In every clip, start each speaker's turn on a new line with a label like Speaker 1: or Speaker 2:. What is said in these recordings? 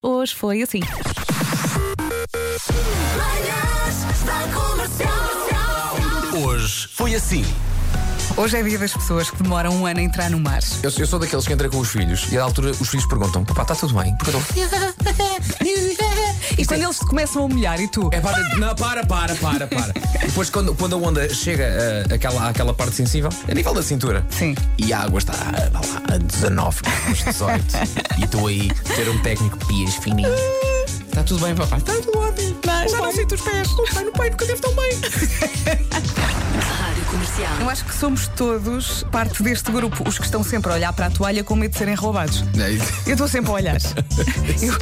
Speaker 1: Hoje foi assim.
Speaker 2: Manhãs da Comercial.
Speaker 3: Hoje foi assim.
Speaker 1: Hoje é dia das pessoas que demoram um ano a entrar no mar.
Speaker 3: Eu, eu sou daqueles que entra com os filhos e à altura os filhos perguntam: Papá, está tudo bem? Porque eu estou.
Speaker 1: E quando eles te começam a molhar e tu.
Speaker 3: É para, não, para, para, para, para. E depois, quando, quando a onda chega ah, àquela, àquela parte sensível, a nível da cintura,
Speaker 1: Sim.
Speaker 3: e a água está ah, vá lá, a 19, graus, 18, e estou aí a ter um técnico de pias fininho.
Speaker 1: Tá
Speaker 3: Está tudo bem, papá? Está tudo ótimo. já não sinto os pés. Não sei no peito porque eu devo tão bem.
Speaker 1: Eu acho que somos todos parte deste grupo, os que estão sempre a olhar para a toalha com medo de serem roubados.
Speaker 3: é
Speaker 1: Eu estou sempre a olhar. Eu,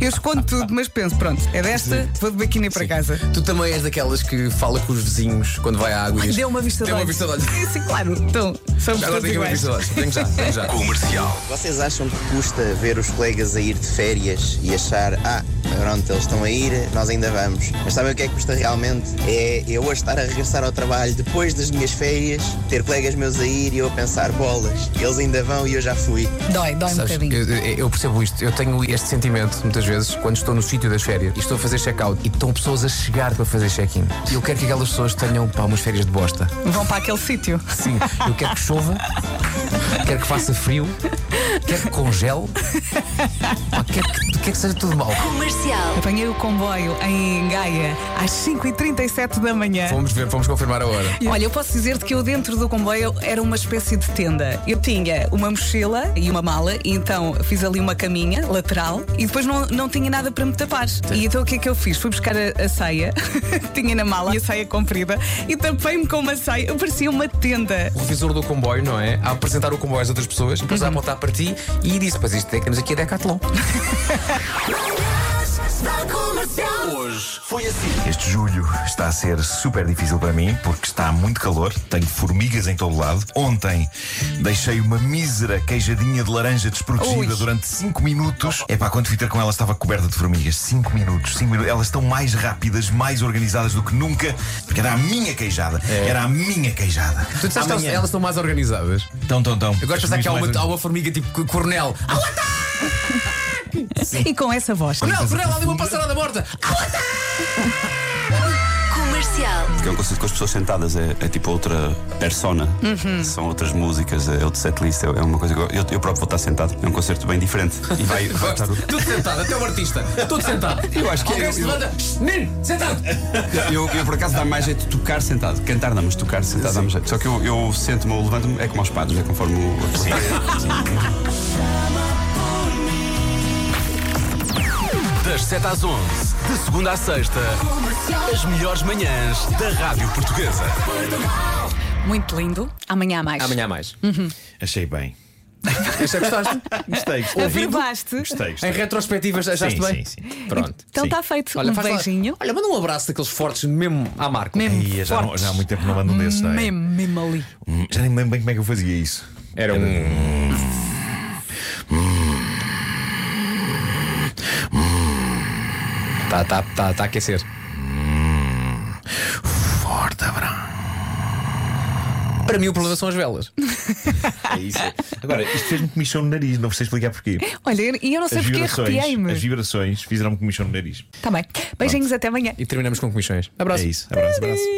Speaker 1: eu escondo tudo, mas penso, pronto, é desta, vou de biquíni para casa.
Speaker 3: Tu também és daquelas que fala com os vizinhos quando vai à água e diz,
Speaker 1: Deu uma vista
Speaker 3: Deu
Speaker 1: de
Speaker 3: uma
Speaker 1: olhos.
Speaker 3: vista de olhos.
Speaker 1: Sim, claro. Então, somos
Speaker 3: Agora
Speaker 1: todos
Speaker 3: tenho uma
Speaker 1: iguais.
Speaker 3: vista de olhos. Tenho já, tenho já. Comercial.
Speaker 4: Vocês acham que custa ver os colegas a ir de férias e achar, ah, pronto, eles estão a ir, nós ainda vamos. Mas sabem o que é que custa realmente? É eu a estar a regressar ao trabalho depois das minhas férias, ter colegas meus a ir e eu a pensar, bolas, eles ainda vão e eu já fui.
Speaker 1: Dói, dói um
Speaker 3: Sabes,
Speaker 1: bocadinho.
Speaker 3: eu, eu- eu percebo isto. Eu tenho este sentimento muitas vezes quando estou no sítio das férias e estou a fazer check-out e estão pessoas a chegar para fazer check-in. E eu quero que aquelas pessoas tenham pá, umas férias de bosta.
Speaker 1: Vão para aquele sítio.
Speaker 3: Sim, eu quero que chova, quero que faça frio, quero que congele, pá, quero, que, quero que seja tudo mau.
Speaker 2: Comercial.
Speaker 1: Apanhei o comboio em Gaia às 5h37 da manhã.
Speaker 3: Vamos ver, vamos confirmar a hora.
Speaker 1: Olha, eu posso dizer-te que eu dentro do comboio era uma espécie de tenda. Eu tinha uma mochila e uma mala, e então fiz ali uma caminha lateral e depois não, não tinha nada para me tapar. E então o que é que eu fiz? Fui buscar a, a saia que tinha na mala, e a saia comprida, e tapei-me com uma saia. Eu parecia uma tenda.
Speaker 3: O revisor do comboio, não é? A apresentar o comboio às outras pessoas, depois
Speaker 1: Uhum.
Speaker 3: a apontar para ti e disse: Pois isto é que temos aqui a Decathlon.
Speaker 2: Manhãs da Comercial.
Speaker 5: Este julho está a ser super difícil para mim porque está muito calor, tenho formigas em todo lado. Ontem deixei uma mísera queijadinha de laranja desprotegida
Speaker 1: Ui.
Speaker 5: durante 5 minutos. É pá, quando fui ter com ela estava coberta de formigas. 5 minutos, 5 minutos. Elas estão mais rápidas, mais organizadas do que nunca porque era a minha queijada. Era a minha queijada.
Speaker 3: É. Tu disseste que elas-
Speaker 5: Amanhã-
Speaker 3: elas estão mais organizadas.
Speaker 5: Tão, tão, tão.
Speaker 3: Eu gosto de pensar que há
Speaker 5: Mais
Speaker 3: uma, há uma formiga tipo coronel.
Speaker 1: E com essa voz.
Speaker 3: Coronel, coronel, há ali uma passarada morta. Ah,
Speaker 2: Comercial.
Speaker 6: Porque eu consigo que as pessoas sentadas é, é tipo outra persona. São outras músicas, é outro setlist, é é uma coisa que eu, eu- eu próprio vou estar sentado. É um concerto bem diferente. E vai, vai estar o-
Speaker 3: Tudo sentado, até o artista. Tudo sentado. Eu acho que
Speaker 5: é
Speaker 3: Alguém se levanta. Menino, sentado.
Speaker 6: eu, eu, por acaso dá mais jeito de tocar sentado. Cantar não, mas tocar sentado dá mais jeito. Só que eu, eu sento-me, eu levanto-me, é como aos padres, é conforme o.
Speaker 7: Das 7 às 11, de segunda à sexta, as melhores manhãs da Rádio Portuguesa.
Speaker 1: Muito lindo. Amanhã há mais.
Speaker 3: Amanhã há mais.
Speaker 5: Uhum. Achei bem.
Speaker 3: Achei que gostaste.
Speaker 5: Gostei, gostei.
Speaker 1: Aprovaste.
Speaker 5: Gostei,
Speaker 3: um- Em
Speaker 5: gostei.
Speaker 3: retrospectivas, achaste
Speaker 5: Sim,
Speaker 3: bem?
Speaker 5: sim, sim.
Speaker 3: Pronto.
Speaker 1: Então
Speaker 5: Sim.
Speaker 1: está feito.
Speaker 3: Olha,
Speaker 1: um
Speaker 3: faz lá-
Speaker 1: beijinho.
Speaker 3: Olha, manda um abraço daqueles fortes mesmo à marca.
Speaker 1: Mesmo
Speaker 5: Ia, já, não- já há muito tempo não mando um desses, não é?
Speaker 1: Mesmo, mesmo ali.
Speaker 5: Hum, Já nem me lembro bem como é que eu fazia isso.
Speaker 3: Era um. Tá, tá, tá, tá a aquecer.
Speaker 5: Forte abraço.
Speaker 3: Para mim o problema são as velas.
Speaker 5: É isso. Agora, isto fez-me comichão no nariz, não sei explicar porquê.
Speaker 1: Olha, e eu não sei
Speaker 5: As
Speaker 1: porque
Speaker 5: vibrações, as
Speaker 1: arrepiei-me.
Speaker 5: vibrações fizeram-me comichão no nariz.
Speaker 1: Tá bem. Beijinhos até amanhã.
Speaker 3: E terminamos com comissões. Abraço.
Speaker 5: É isso. Abraço, abraço.